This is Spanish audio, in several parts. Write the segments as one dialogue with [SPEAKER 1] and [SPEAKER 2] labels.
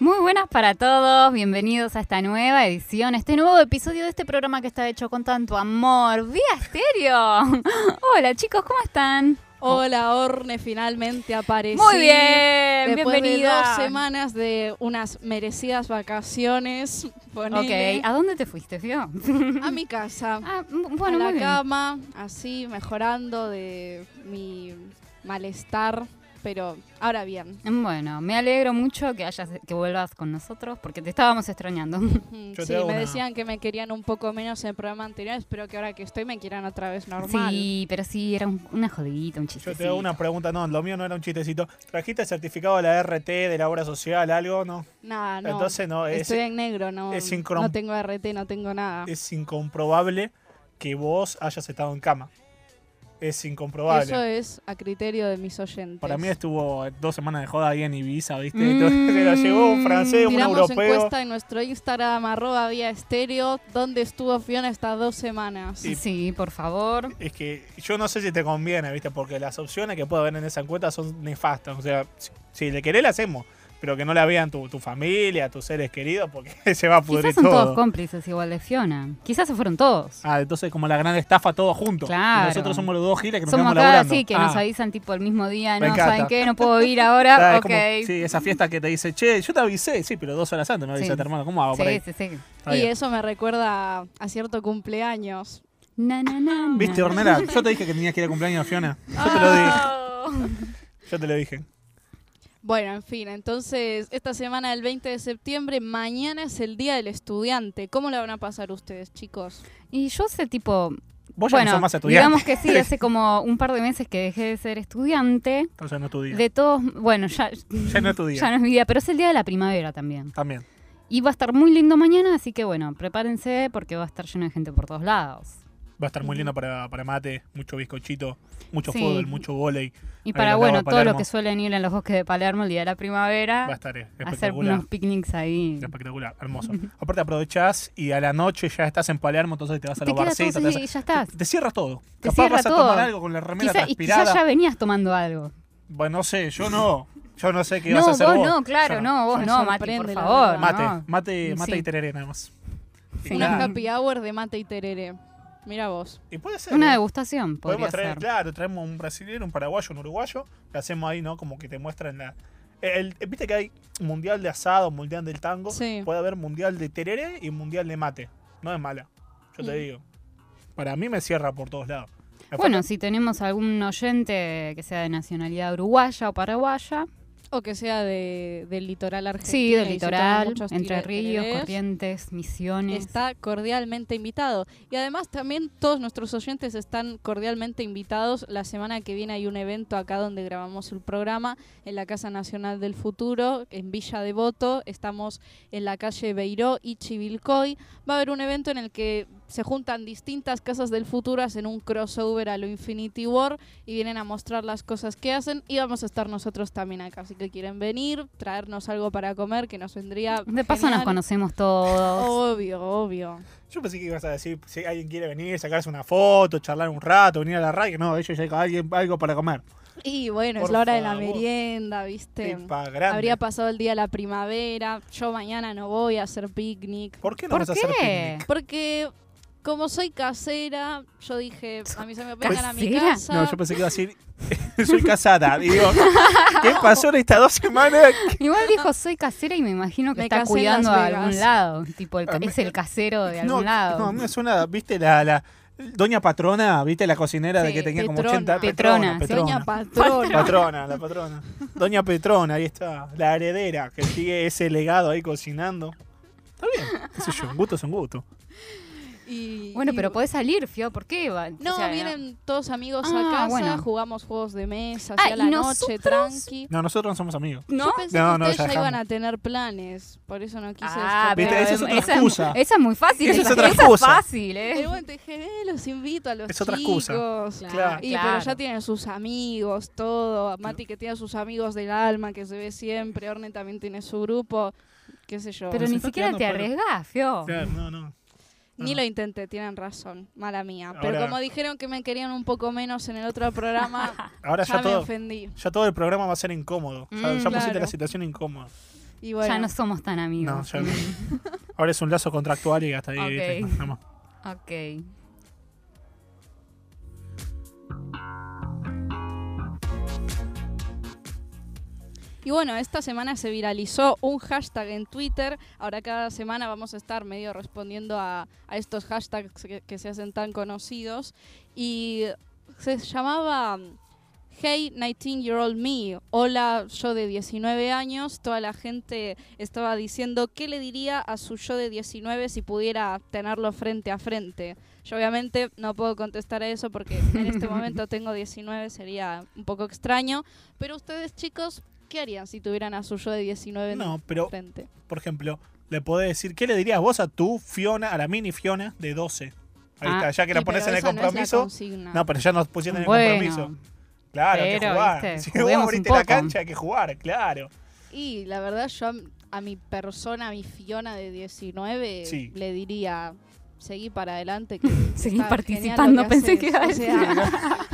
[SPEAKER 1] Muy buenas para todos, bienvenidos a esta nueva edición, este nuevo episodio de este programa que está hecho con tanto amor, vía estéreo. Hola chicos, ¿cómo están?
[SPEAKER 2] Hola, Orne finalmente apareció.
[SPEAKER 1] Muy bien,
[SPEAKER 2] Eh, Después
[SPEAKER 1] bienvenida.
[SPEAKER 2] de dos semanas de unas merecidas vacaciones, ponele,
[SPEAKER 1] Ok, ¿a dónde te fuiste, Fio?
[SPEAKER 2] a mi casa,
[SPEAKER 1] Ah, m- bueno, muy
[SPEAKER 2] a la
[SPEAKER 1] bien.
[SPEAKER 2] cama, así mejorando de mi malestar, pero ahora bien.
[SPEAKER 1] Bueno, me alegro mucho que hayas que vuelvas con nosotros porque te estábamos extrañando.
[SPEAKER 2] Mm,
[SPEAKER 3] Yo te
[SPEAKER 2] Sí,
[SPEAKER 3] hago
[SPEAKER 2] me
[SPEAKER 3] una-
[SPEAKER 2] decían que me querían un poco menos en el programa anterior, espero que ahora que estoy me quieran otra vez normal.
[SPEAKER 1] Sí, pero sí, era un- una jodidita, un chiste.
[SPEAKER 3] Yo te hago una pregunta, no, lo mío no era un chistecito. ¿Trajiste el certificado de la RT, de la obra social, algo? No.
[SPEAKER 2] Nada, Ah, no.
[SPEAKER 3] Entonces no, es,
[SPEAKER 2] estoy en negro, no,
[SPEAKER 3] es incrom-
[SPEAKER 2] no tengo RT, no tengo nada.
[SPEAKER 3] es incomprobable que vos hayas estado en cama. Es incomprobable.
[SPEAKER 2] Eso es a criterio de mis oyentes.
[SPEAKER 3] Para mí estuvo dos semanas de joda ahí en Ibiza, ¿viste?
[SPEAKER 1] Mm.
[SPEAKER 3] Entonces, se la llevó un francés, un
[SPEAKER 2] Tiramos
[SPEAKER 3] europeo.
[SPEAKER 2] encuesta en nuestro Instagram, arroba vía estéreo, donde estuvo Fiona estas dos semanas.
[SPEAKER 3] Sí.
[SPEAKER 1] Sí, por favor.
[SPEAKER 3] Es que yo no sé si te conviene, ¿viste? Porque las opciones que puede haber en esa encuesta son nefastas. O sea, si, si le querés la hacemos, pero que no la vean tu, tu familia, tus seres queridos, porque se va a pudrir
[SPEAKER 1] Quizás son
[SPEAKER 3] todo.
[SPEAKER 1] todos cómplices igual de Fiona. Quizás se fueron todos.
[SPEAKER 3] Ah, entonces como la gran estafa todos juntos.
[SPEAKER 1] Claro.
[SPEAKER 3] Y nosotros somos los dos giles que nos
[SPEAKER 1] Somos
[SPEAKER 3] quedamos
[SPEAKER 1] acá,
[SPEAKER 3] laburando.
[SPEAKER 1] sí, que
[SPEAKER 3] Ah,
[SPEAKER 1] nos avisan tipo el mismo día,
[SPEAKER 3] Me
[SPEAKER 1] no
[SPEAKER 3] encanta.
[SPEAKER 1] saben qué, no puedo ir
[SPEAKER 3] claro,
[SPEAKER 1] ahora,
[SPEAKER 3] es
[SPEAKER 1] ok.
[SPEAKER 3] como, sí, esa fiesta que te dice, che, yo te avisé, sí, pero dos horas antes me avisaste,
[SPEAKER 1] Sí.
[SPEAKER 3] hermano, ¿cómo hago para
[SPEAKER 1] sí,
[SPEAKER 3] ir?
[SPEAKER 1] sí, sí.
[SPEAKER 3] Está
[SPEAKER 2] y
[SPEAKER 3] bien.
[SPEAKER 2] eso me recuerda a- a cierto cumpleaños.
[SPEAKER 1] Na, na, na, na.
[SPEAKER 3] ¿Viste, Ornella? Yo te dije que tenías que ir a cumpleaños de Fiona. Yo te lo dije.
[SPEAKER 1] Oh.
[SPEAKER 3] Yo te lo dije.
[SPEAKER 2] Bueno, en fin, entonces esta semana el 20 de septiembre, mañana es el Día del Estudiante. ¿Cómo la van a pasar ustedes, chicos?
[SPEAKER 1] Y yo sé tipo,
[SPEAKER 3] Vos ya no
[SPEAKER 1] bueno,
[SPEAKER 3] sos más estudiante.
[SPEAKER 1] digamos que sí, hace como un par de meses que dejé de ser estudiante.
[SPEAKER 3] Entonces no estudias.
[SPEAKER 1] De todos, bueno, ya,
[SPEAKER 3] Ya no estudias.
[SPEAKER 1] ya no es mi día, pero es el día de la primavera también.
[SPEAKER 3] También.
[SPEAKER 1] Y va a estar muy lindo mañana, así que bueno, prepárense porque va a estar lleno de gente por todos lados.
[SPEAKER 3] Va a estar muy lindo para, para mate, mucho bizcochito, mucho
[SPEAKER 1] Sí.
[SPEAKER 3] fútbol, mucho volei.
[SPEAKER 1] Y
[SPEAKER 3] Ahí
[SPEAKER 1] para,
[SPEAKER 3] andaba
[SPEAKER 1] bueno,
[SPEAKER 3] Palermo.
[SPEAKER 1] todos los que suelen ir a los bosques de Palermo el día de la primavera,
[SPEAKER 3] Va a estar eh,
[SPEAKER 1] hacer
[SPEAKER 3] espectacular.
[SPEAKER 1] unos picnics ahí.
[SPEAKER 3] Espectacular, hermoso. Aparte aprovechás y a la noche ya estás en Palermo, entonces te vas a
[SPEAKER 1] Te
[SPEAKER 3] los
[SPEAKER 1] quedas
[SPEAKER 3] barcitos.
[SPEAKER 1] todo
[SPEAKER 3] te vas a-
[SPEAKER 1] y ya estás.
[SPEAKER 3] Te cierras todo.
[SPEAKER 1] Te
[SPEAKER 3] Capaz
[SPEAKER 1] cierra
[SPEAKER 3] vas a
[SPEAKER 1] todo.
[SPEAKER 3] tomar algo con la remera
[SPEAKER 1] Quizá, y
[SPEAKER 3] transpirada.
[SPEAKER 1] quizá ya venías tomando algo.
[SPEAKER 3] Bueno, no sé, yo no. Yo no sé qué
[SPEAKER 1] no,
[SPEAKER 3] vas a hacer vos.
[SPEAKER 1] no, claro,
[SPEAKER 3] Yo
[SPEAKER 1] no, vos
[SPEAKER 2] Me
[SPEAKER 1] no, Mati, por
[SPEAKER 2] sorprende, la
[SPEAKER 1] favor.
[SPEAKER 2] verdad.
[SPEAKER 3] Mate,
[SPEAKER 1] no.
[SPEAKER 3] mate, mate
[SPEAKER 1] Sí.
[SPEAKER 3] y tereré nada más.
[SPEAKER 1] Sí.
[SPEAKER 3] Claro.
[SPEAKER 2] Unas happy hour de mate y tereré. Mira vos.
[SPEAKER 3] Y puede ser.
[SPEAKER 1] Una
[SPEAKER 3] ¿eh?
[SPEAKER 1] degustación podría
[SPEAKER 3] Podemos traer,
[SPEAKER 1] ser.
[SPEAKER 3] claro, traemos un brasileño, un paraguayo, un uruguayo. Lo hacemos ahí, ¿no? Como que te muestran la... el- el- Viste que hay mundial de asado, mundial del tango.
[SPEAKER 2] Sí.
[SPEAKER 3] Puede haber mundial de tereré y mundial de mate. No es mala, yo te
[SPEAKER 2] Mm.
[SPEAKER 3] digo. Para mí me cierra por todos lados. Me
[SPEAKER 1] Bueno, si tenemos algún oyente que sea de nacionalidad uruguaya o paraguaya,
[SPEAKER 2] O que sea de- del litoral argentino.
[SPEAKER 1] sí, del
[SPEAKER 2] y si toman
[SPEAKER 1] litoral,
[SPEAKER 2] muchos
[SPEAKER 1] entre
[SPEAKER 2] tire-
[SPEAKER 1] ríos,
[SPEAKER 2] tererés.
[SPEAKER 1] corrientes, misiones.
[SPEAKER 2] Está cordialmente invitado. Y además también todos nuestros oyentes están cordialmente invitados. La semana que viene hay un evento acá donde grabamos el programa en la Casa Nacional del Futuro, en Villa Devoto. Estamos en la calle Beiró y Chivilcoy. Va a haber un evento en el que se juntan distintas casas del futuro, hacen un crossover a lo Infinity War y vienen a mostrar las cosas que hacen. Y vamos a estar nosotros también acá. Así que quieren venir, traernos algo para comer que nos vendría...
[SPEAKER 1] De paso nos
[SPEAKER 2] genial.
[SPEAKER 1] conocemos
[SPEAKER 3] Oh,
[SPEAKER 1] todos.
[SPEAKER 2] Obvio, obvio.
[SPEAKER 3] Yo pensé que ibas a decir si alguien quiere venir, sacarse una foto, charlar un rato, venir a la radio. No, ellos ya alguien algo para comer.
[SPEAKER 2] Y bueno, es
[SPEAKER 3] Por
[SPEAKER 2] la hora de la
[SPEAKER 3] favor.
[SPEAKER 2] merienda, ¿viste?
[SPEAKER 3] Pipa grande.
[SPEAKER 2] Habría pasado el día de la primavera. Yo mañana no voy a hacer picnic.
[SPEAKER 3] ¿Por qué no
[SPEAKER 1] ¿Por
[SPEAKER 3] vas a hacer
[SPEAKER 1] qué?
[SPEAKER 3] picnic?
[SPEAKER 2] Porque como soy casera, yo dije, a mí se me pegan a mi
[SPEAKER 1] ¿Casera?
[SPEAKER 2] casa.
[SPEAKER 3] No, yo pensé que iba a decir, soy casada. Y digo, ¿qué pasó en estas dos semanas?
[SPEAKER 1] Igual dijo, soy casera y me imagino que
[SPEAKER 2] Me
[SPEAKER 1] está
[SPEAKER 2] casé en
[SPEAKER 1] cuidando
[SPEAKER 2] Las
[SPEAKER 1] a
[SPEAKER 2] Vegas.
[SPEAKER 1] algún lado. Tipo, el-
[SPEAKER 3] Ah, me-
[SPEAKER 1] es el casero de
[SPEAKER 3] no,
[SPEAKER 1] algún lado.
[SPEAKER 3] no, a mí me suena, viste, la, la doña patrona, viste, la cocinera de
[SPEAKER 2] Sí,
[SPEAKER 3] que tenía como
[SPEAKER 2] Petrona.
[SPEAKER 3] 80.
[SPEAKER 1] Petrona,
[SPEAKER 3] Petrona,
[SPEAKER 1] sí.
[SPEAKER 3] Petrona.
[SPEAKER 2] Doña patrona.
[SPEAKER 3] Patrona, la patrona. Doña Petrona, ahí está. La heredera que sigue ese legado ahí cocinando. Está bien, qué sé yo, un gusto es un gusto.
[SPEAKER 2] Y-
[SPEAKER 1] Bueno,
[SPEAKER 2] y-
[SPEAKER 1] pero podés salir, Fio, ¿por qué? va? O
[SPEAKER 2] No,
[SPEAKER 1] sea,
[SPEAKER 2] vienen todos amigos
[SPEAKER 1] Ah,
[SPEAKER 2] a casa,
[SPEAKER 1] bueno.
[SPEAKER 2] jugamos juegos de mesa,
[SPEAKER 1] Ah,
[SPEAKER 2] hacia
[SPEAKER 1] ¿y
[SPEAKER 2] la noche,
[SPEAKER 1] nosotros?
[SPEAKER 2] tranqui.
[SPEAKER 3] No, nosotros no somos amigos.
[SPEAKER 1] ¿No?
[SPEAKER 2] Yo pensé
[SPEAKER 3] No,
[SPEAKER 2] que
[SPEAKER 3] no,
[SPEAKER 2] ustedes
[SPEAKER 3] ya
[SPEAKER 2] ya, iban
[SPEAKER 3] dejamos.
[SPEAKER 2] a tener planes, por eso no quise
[SPEAKER 1] Ah,
[SPEAKER 2] escapar.
[SPEAKER 3] Viste,
[SPEAKER 1] pero
[SPEAKER 3] esa es otra
[SPEAKER 1] esa
[SPEAKER 3] excusa.
[SPEAKER 1] esa es muy fácil.
[SPEAKER 3] Esa es
[SPEAKER 1] esa-
[SPEAKER 3] otra
[SPEAKER 1] esa
[SPEAKER 3] excusa.
[SPEAKER 1] fácil,
[SPEAKER 2] Y
[SPEAKER 1] ¿eh?
[SPEAKER 2] bueno, te dije, eh, los invito a los
[SPEAKER 3] Es otra
[SPEAKER 2] chicos.
[SPEAKER 3] excusa.
[SPEAKER 1] Claro.
[SPEAKER 2] Y pero ya tienen sus amigos, todo. A Mati que tiene a sus amigos del alma, que se ve siempre. Orne también tiene su grupo, qué sé yo.
[SPEAKER 1] Pero
[SPEAKER 3] Se
[SPEAKER 1] ni
[SPEAKER 3] está
[SPEAKER 1] siquiera
[SPEAKER 3] tirando
[SPEAKER 1] te
[SPEAKER 3] palo.
[SPEAKER 1] arriesgás, Fio.
[SPEAKER 3] Claro, no, no.
[SPEAKER 2] Ni
[SPEAKER 3] no.
[SPEAKER 2] lo intenté, tienen razón, mala mía. Pero
[SPEAKER 3] ah. Ahora-
[SPEAKER 2] como dijeron que me querían un poco menos en el otro programa,
[SPEAKER 3] Ahora
[SPEAKER 2] ya me
[SPEAKER 3] ya todo,
[SPEAKER 2] ofendí.
[SPEAKER 3] ya todo el programa va a ser incómodo. Ya,
[SPEAKER 1] Mm,
[SPEAKER 3] ya pusiste
[SPEAKER 2] claro.
[SPEAKER 3] la situación incómoda.
[SPEAKER 2] Y bueno,
[SPEAKER 1] Ya no somos tan amigos.
[SPEAKER 3] No, ya no. Ahora es un lazo contractual y hasta ahí.
[SPEAKER 1] Ok.
[SPEAKER 3] ¿viste? Nada más.
[SPEAKER 1] Ok.
[SPEAKER 2] Y bueno, esta semana se viralizó un hashtag en Twitter. Ahora cada semana vamos a estar medio respondiendo a, a estos hashtags que, que se hacen tan conocidos. Y se llamaba mm, Hey 19 Year Old Me, hola yo de 19 años. Toda la gente estaba diciendo qué le diría a su yo de 19 si pudiera tenerlo frente a frente. Yo obviamente no puedo contestar a eso porque en este momento tengo 19, sería un poco extraño. Pero ustedes chicos, ¿qué harían si tuvieran a su yo de 19
[SPEAKER 3] No, pero,
[SPEAKER 2] frente?
[SPEAKER 3] por ejemplo, le podés decir, ¿qué le dirías vos a tu Fiona, a la mini Fiona de 12? Ahí
[SPEAKER 1] Ah,
[SPEAKER 3] está, ya que la
[SPEAKER 2] Sí,
[SPEAKER 3] pones
[SPEAKER 2] pero
[SPEAKER 3] en el
[SPEAKER 2] esa no es la
[SPEAKER 3] compromiso.
[SPEAKER 2] consigna.
[SPEAKER 3] No, pero ya nos pusieron en el
[SPEAKER 1] Bueno.
[SPEAKER 3] compromiso. Claro, hay que
[SPEAKER 1] Pero,
[SPEAKER 3] jugar.
[SPEAKER 1] viste,
[SPEAKER 3] si vos
[SPEAKER 1] juguemos un
[SPEAKER 3] abriste la
[SPEAKER 1] poco.
[SPEAKER 3] cancha, hay que jugar, claro.
[SPEAKER 2] Y la verdad, yo a, a mi persona, a mi Fiona de 19,
[SPEAKER 3] Sí.
[SPEAKER 2] le diría: seguí para adelante. Que
[SPEAKER 1] Seguí
[SPEAKER 2] está
[SPEAKER 1] participando,
[SPEAKER 2] genial lo
[SPEAKER 1] pensé
[SPEAKER 2] haces".
[SPEAKER 1] que iba a
[SPEAKER 2] O
[SPEAKER 1] decir.
[SPEAKER 2] sea,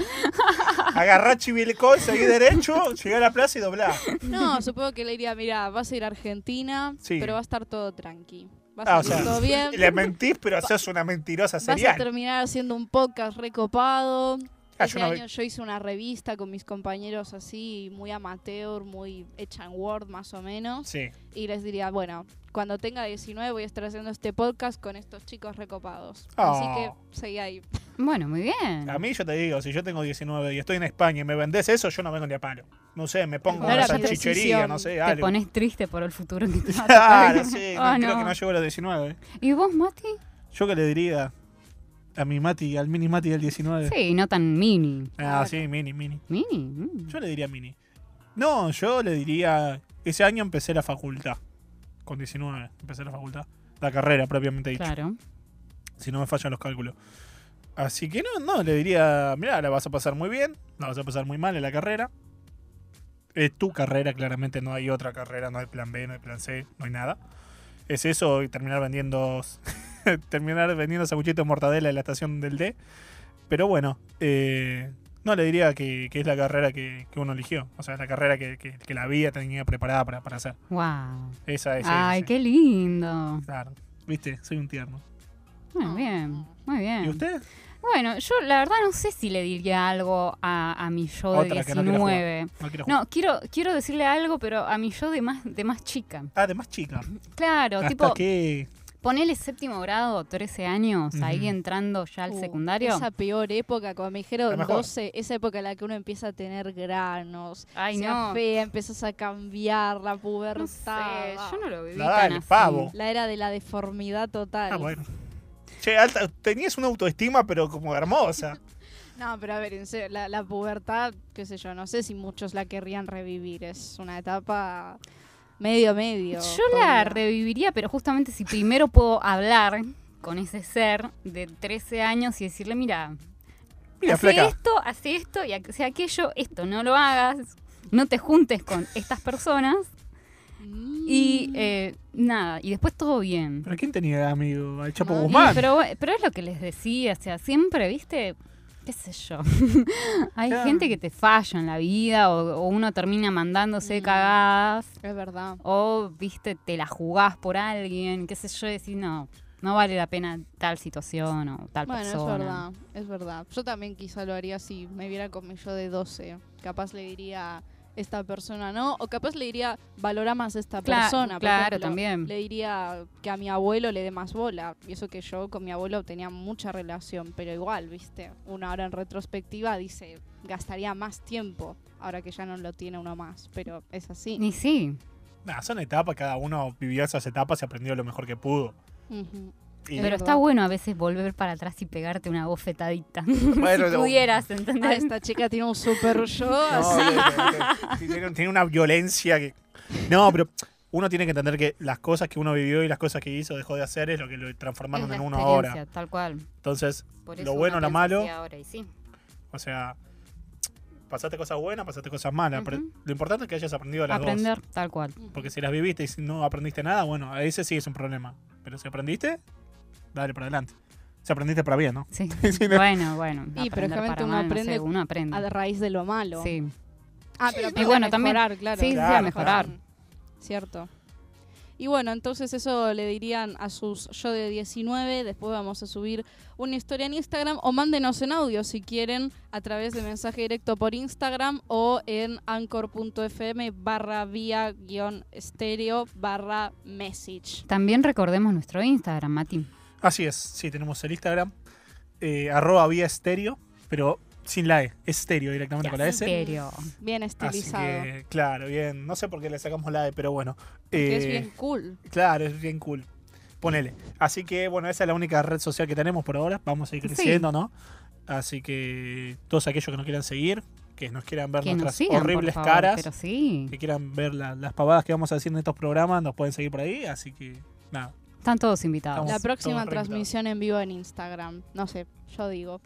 [SPEAKER 3] Agarrá Chivilcoy, seguí derecho, llegué a la plaza y doblá.
[SPEAKER 2] No, supongo que le diría: mira, vas a ir a Argentina,
[SPEAKER 3] Sí.
[SPEAKER 2] pero va a estar todo tranqui. Va a
[SPEAKER 3] Ah, o
[SPEAKER 2] salir
[SPEAKER 3] sea,
[SPEAKER 2] todo bien.
[SPEAKER 3] Le mentís, pero sos una mentirosa
[SPEAKER 2] Vas a
[SPEAKER 3] serial.
[SPEAKER 2] terminar haciendo un podcast recopado.
[SPEAKER 3] Ah,
[SPEAKER 2] Ese
[SPEAKER 3] yo no-
[SPEAKER 2] año yo hice una revista con mis compañeros así, muy amateur, muy hecha en Word más o menos.
[SPEAKER 3] Sí.
[SPEAKER 2] y les diría, bueno, cuando tenga 19 voy a estar haciendo este podcast con estos chicos recopados.
[SPEAKER 3] Oh.
[SPEAKER 2] Así que seguí ahí.
[SPEAKER 1] Bueno, muy bien.
[SPEAKER 3] A mí yo te digo, si yo tengo 19 y estoy en España y me vendés eso, yo no vengo ni a palo. No sé, me pongo
[SPEAKER 2] Ahora
[SPEAKER 3] una
[SPEAKER 2] mi
[SPEAKER 3] salchichería,
[SPEAKER 2] decisión.
[SPEAKER 3] no sé,
[SPEAKER 1] Te
[SPEAKER 3] algo.
[SPEAKER 1] pones triste por el futuro que te va a tocar.
[SPEAKER 3] Claro, sí, no,
[SPEAKER 1] Ah,
[SPEAKER 3] creo
[SPEAKER 1] no.
[SPEAKER 3] que no llego a los 19.
[SPEAKER 1] ¿Y vos, Mati?
[SPEAKER 3] Yo que le diría a mi Mati, al mini Mati del 19.
[SPEAKER 1] Sí, no tan mini.
[SPEAKER 3] Ah, sí, mini, mini.
[SPEAKER 1] Mini. mm.
[SPEAKER 3] Yo le diría mini. No, yo le diría, ese año empecé la facultad. Con 19 empecé la facultad. La carrera, propiamente dicho.
[SPEAKER 1] Claro.
[SPEAKER 3] si no me fallan los cálculos. Así que no, no, le diría, mira, la vas a pasar muy bien, la vas a pasar muy mal en la carrera. Es tu carrera, claramente no hay otra carrera, no hay plan B, no hay plan C, no hay nada. Es eso y terminar vendiendo terminar vendiendo sanguchitos de mortadela en la estación del D. Pero bueno, eh, no le diría que, que es la carrera que, que uno eligió. O sea, es la carrera que, que- que la vida tenía preparada para, para hacer.
[SPEAKER 1] Wow.
[SPEAKER 3] Esa es.
[SPEAKER 1] Ay,
[SPEAKER 3] sí,
[SPEAKER 1] qué lindo.
[SPEAKER 3] Claro. Viste, soy un tierno.
[SPEAKER 1] Muy bien, muy bien.
[SPEAKER 3] ¿Y usted?
[SPEAKER 1] Bueno, yo la verdad no sé si le diría algo a, a mi yo de
[SPEAKER 3] Otra que no quiera jugar.
[SPEAKER 1] 19.
[SPEAKER 3] No quiero jugar.
[SPEAKER 1] No, quiero, quiero decirle algo, pero a mi yo de más, de más chica.
[SPEAKER 3] Ah, de más chica.
[SPEAKER 1] Claro,
[SPEAKER 3] ¿Hasta
[SPEAKER 1] tipo,
[SPEAKER 3] qué?
[SPEAKER 1] ponele séptimo grado, 13 años, ahí
[SPEAKER 3] Ujú.
[SPEAKER 1] entrando ya al
[SPEAKER 2] Uh,
[SPEAKER 1] secundario.
[SPEAKER 2] Esa peor época, cuando me
[SPEAKER 3] La
[SPEAKER 2] dijeron
[SPEAKER 3] mejor.
[SPEAKER 2] 12, esa época en la que uno empieza a tener granos.
[SPEAKER 1] Ay,
[SPEAKER 2] se
[SPEAKER 1] no.
[SPEAKER 2] afea, empiezas a cambiar la pubertad.
[SPEAKER 1] No sé, yo no lo viví
[SPEAKER 3] La
[SPEAKER 1] tan
[SPEAKER 3] dale,
[SPEAKER 1] así.
[SPEAKER 3] pavo.
[SPEAKER 2] La era de la deformidad total.
[SPEAKER 3] Ah, bueno. Che, alta, tenías una autoestima, pero como hermosa.
[SPEAKER 2] No, pero a ver, en serio, la, la pubertad, qué sé yo, no sé si muchos la querrían revivir. Es una etapa medio, medio.
[SPEAKER 1] Yo la
[SPEAKER 2] jodida.
[SPEAKER 1] reviviría, pero justamente si primero puedo hablar con ese ser de 13 años y decirle, mira,
[SPEAKER 3] Mira,
[SPEAKER 1] hace
[SPEAKER 3] flaca.
[SPEAKER 1] esto, hace esto y hace aquello, esto no lo hagas, no te juntes con estas personas
[SPEAKER 2] Mm.
[SPEAKER 1] y eh, nada, y después todo bien.
[SPEAKER 3] ¿Pero quién tenía amigo? Al Chapo
[SPEAKER 2] No, y
[SPEAKER 1] Y,
[SPEAKER 3] Guzmán.
[SPEAKER 1] pero, pero es lo que les decía, o sea, siempre, viste, qué sé yo, hay
[SPEAKER 3] Claro.
[SPEAKER 1] gente que te falla en la vida o, o uno termina mandándose
[SPEAKER 2] Mm.
[SPEAKER 1] cagadas.
[SPEAKER 2] Es verdad.
[SPEAKER 1] O, viste, te la jugás por alguien, qué sé yo, decís, no, no vale la pena tal situación o tal
[SPEAKER 2] Bueno,
[SPEAKER 1] persona.
[SPEAKER 2] es verdad, es verdad. Yo también quizá lo haría si me viera con mi yo de 12. Capaz le diría esta persona no, o capaz le diría valora más esta
[SPEAKER 1] Cla-
[SPEAKER 2] persona. por
[SPEAKER 1] claro,
[SPEAKER 2] ejemplo.
[SPEAKER 1] también.
[SPEAKER 2] Le diría que a mi abuelo le dé más bola. Y eso que yo con mi abuelo tenía mucha relación, pero igual, viste, una hora en retrospectiva dice, gastaría más tiempo, ahora que ya no lo tiene uno más, pero es así.
[SPEAKER 1] Y sí,
[SPEAKER 3] Nah, son etapas, cada uno vivió esas etapas y aprendió lo mejor que pudo.
[SPEAKER 2] Ujú.
[SPEAKER 3] Y,
[SPEAKER 1] pero
[SPEAKER 2] verdad.
[SPEAKER 1] está bueno a veces volver para atrás y pegarte una bofetadita.
[SPEAKER 3] Bueno,
[SPEAKER 1] si
[SPEAKER 3] no.
[SPEAKER 1] pudieras,
[SPEAKER 2] Ah,
[SPEAKER 1] ¿entendés?
[SPEAKER 2] esta chica tiene un super yo.
[SPEAKER 1] Ah,
[SPEAKER 3] No,
[SPEAKER 2] así.
[SPEAKER 3] que- que- que- que- tiene una violencia que. No, pero uno tiene que entender que las cosas que uno vivió y las cosas que hizo, dejó de hacer, es lo que lo
[SPEAKER 1] Es
[SPEAKER 3] transformaron
[SPEAKER 1] la
[SPEAKER 3] en una
[SPEAKER 1] experiencia,
[SPEAKER 3] hora.
[SPEAKER 1] Tal cual.
[SPEAKER 3] Entonces,
[SPEAKER 1] Por
[SPEAKER 3] Lo
[SPEAKER 1] eso
[SPEAKER 3] bueno,
[SPEAKER 1] uno
[SPEAKER 3] lo
[SPEAKER 1] piensa
[SPEAKER 3] malo.
[SPEAKER 1] así ahora, y sí.
[SPEAKER 3] o sea, pasaste cosas buenas, pasaste cosas malas. pero
[SPEAKER 1] Ujú.
[SPEAKER 3] Lo importante es que hayas aprendido las dos.
[SPEAKER 1] Aprender tal cual.
[SPEAKER 3] Porque si las viviste y si no aprendiste nada, bueno, a ese sí es un problema. Pero si aprendiste, dale para adelante. Si aprendiste para bien, ¿no?
[SPEAKER 1] Sí.
[SPEAKER 3] Si no-
[SPEAKER 1] bueno, bueno.
[SPEAKER 2] Y, pero
[SPEAKER 1] aprender
[SPEAKER 2] obviamente
[SPEAKER 1] para
[SPEAKER 2] uno
[SPEAKER 1] mal, no sé,
[SPEAKER 2] aprende
[SPEAKER 1] uno aprende.
[SPEAKER 2] A raíz de lo malo.
[SPEAKER 1] Sí.
[SPEAKER 2] Ah, pero
[SPEAKER 1] bueno, también-
[SPEAKER 2] mejorar, claro.
[SPEAKER 1] sí, sí,
[SPEAKER 3] a
[SPEAKER 2] Claro,
[SPEAKER 1] mejorar.
[SPEAKER 2] Cierto. Y bueno, entonces eso le dirían a sus yo de 19. Después vamos a subir una historia en Instagram o mándenos en audio si quieren a través de mensaje directo por Instagram o en anchor.fm barra vía guión estéreo barra message.
[SPEAKER 1] También recordemos nuestro Instagram, Mati.
[SPEAKER 3] Así es, sí, tenemos el Instagram, eh, arroba vía estéreo, pero sin la E, estéreo directamente con la S.
[SPEAKER 1] Estéreo.
[SPEAKER 2] Bien
[SPEAKER 3] Así
[SPEAKER 2] estilizado.
[SPEAKER 3] que, claro, bien. No sé por qué le sacamos la E, pero bueno.
[SPEAKER 2] que es
[SPEAKER 3] Eh,
[SPEAKER 2] bien cool.
[SPEAKER 3] Claro, es bien cool. Ponele. Así que, bueno, esa es la única red social que tenemos por ahora. Vamos a ir
[SPEAKER 1] Sí.
[SPEAKER 3] creciendo, ¿no? Así que todos aquellos que nos quieran seguir, que nos quieran ver
[SPEAKER 1] Que nos
[SPEAKER 3] nuestras
[SPEAKER 1] sigan, por
[SPEAKER 3] horribles
[SPEAKER 1] favor,
[SPEAKER 3] caras,
[SPEAKER 1] Pero sí.
[SPEAKER 3] que quieran ver la- las pavadas que vamos a decir en estos programas, nos pueden seguir por ahí. Así que, nada.
[SPEAKER 1] Están todos invitados.
[SPEAKER 2] La
[SPEAKER 3] Estamos-
[SPEAKER 2] próxima
[SPEAKER 3] estamos re
[SPEAKER 2] transmisión en vivo en Instagram. No sé, yo digo.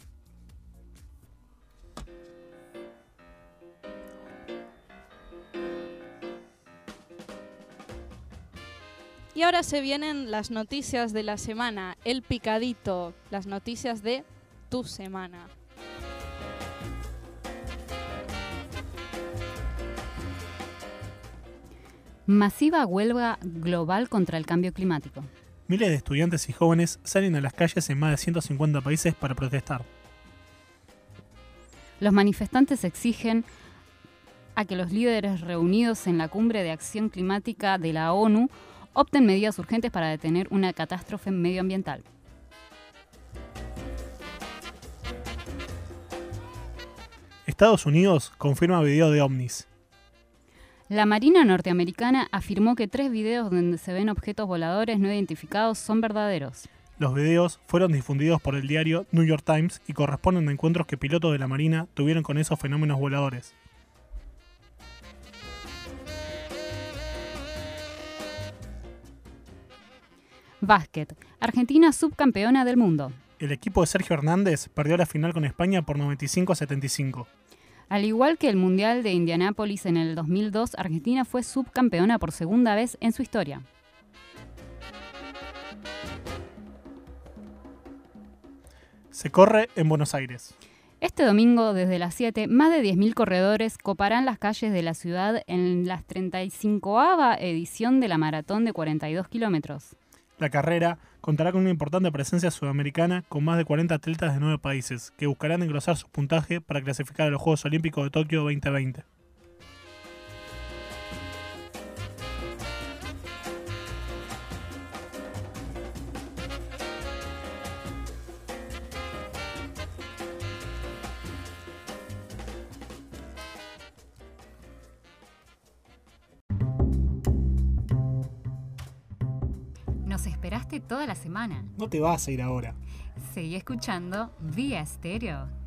[SPEAKER 2] Y ahora se vienen las noticias de la semana, el picadito, las noticias de tu semana.
[SPEAKER 1] Masiva huelga global contra el cambio climático.
[SPEAKER 3] Miles de estudiantes y jóvenes salen a las calles en más de 150 países para protestar.
[SPEAKER 1] Los manifestantes exigen a que los líderes reunidos en la cumbre de acción climática de la ONU opten medidas urgentes para detener una catástrofe medioambiental.
[SPEAKER 3] Estados Unidos confirma video de ovnis.
[SPEAKER 1] La Marina norteamericana afirmó que tres videos donde se ven objetos voladores no identificados son verdaderos.
[SPEAKER 3] Los videos fueron difundidos por el diario New York Times y corresponden a encuentros que pilotos de la Marina tuvieron con esos fenómenos voladores.
[SPEAKER 1] Básquet. Argentina subcampeona del mundo.
[SPEAKER 3] El equipo de Sergio Hernández perdió la final con España por 95 a 75.
[SPEAKER 1] Al igual que el Mundial de Indianápolis en el 2002, Argentina fue subcampeona por segunda vez en su historia.
[SPEAKER 3] Se corre en Buenos Aires.
[SPEAKER 1] Este domingo, desde las 7, más de 10.000 corredores coparán las calles de la ciudad en la 35ava edición de la maratón de 42 kilómetros.
[SPEAKER 3] La carrera contará con una importante presencia sudamericana con más de 40 atletas de nueve países que buscarán engrosar su puntaje para clasificar a los Juegos Olímpicos de Tokio 2020.
[SPEAKER 1] Nos esperaste toda la semana.
[SPEAKER 3] No te vas a ir ahora.
[SPEAKER 1] Seguí escuchando Vía Estéreo.